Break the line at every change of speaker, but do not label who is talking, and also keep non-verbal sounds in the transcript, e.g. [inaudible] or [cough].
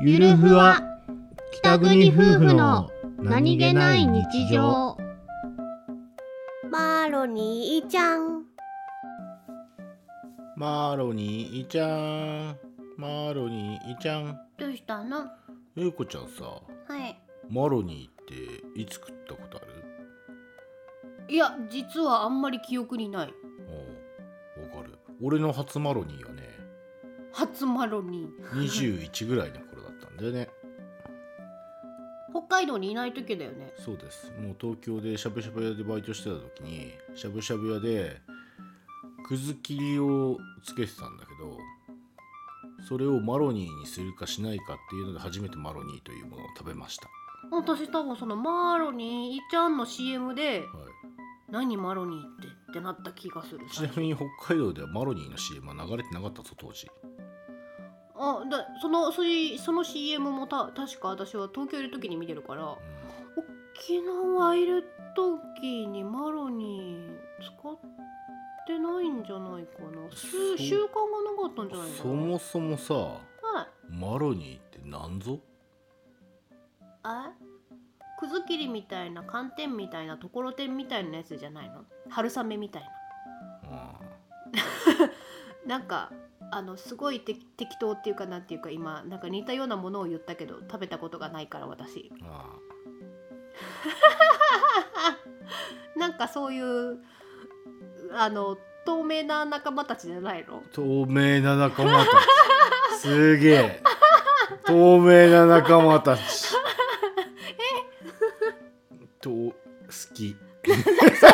ゆるふわ北国夫婦の
マロニーちゃん
マロニーちゃんマロニーちゃん
どうしたのは
えいこちゃんさ
い
マロニーっていつ食ったことある
いや実はあんまり記憶にない
おうわかる俺の初マロニーはね
初マロニー
21ぐらいの頃だったんだよね
北海道にいない時だよね
そうですもう東京でしゃぶしゃぶ屋でバイトしてた時にしゃぶしゃぶ屋でくず切りをつけてたんだけどそれをマロニーにするかしないかっていうので初めてマロニーというものを食べました、
私多分そのマロニーちゃんの CM で
はい、
何マロニーってってなった気がする
ちなみに北海道ではマロニーの CM は流れてなかったぞ当時
あだそのそれその CM もた確か私は東京いる時に見てるから
う
沖縄いる時にマロニー使ってないんじゃないかな
そう
す習慣がなかったんじゃない
ん
か
そ
な
もそもさ
はい
マロニーって何ぞ
あくず切りみたいな寒天みたいなところてんみたいなやつじゃないの春雨みたい
あ
ななんかあのすごいて適当っていうかなんていうか今なんか似たようなものを言ったけど食べたことがないから私
あああ
なんかそういうあの透明な仲間たちじゃないの
透明な仲間たち [laughs] すげえ透明な仲間たちと好き
それ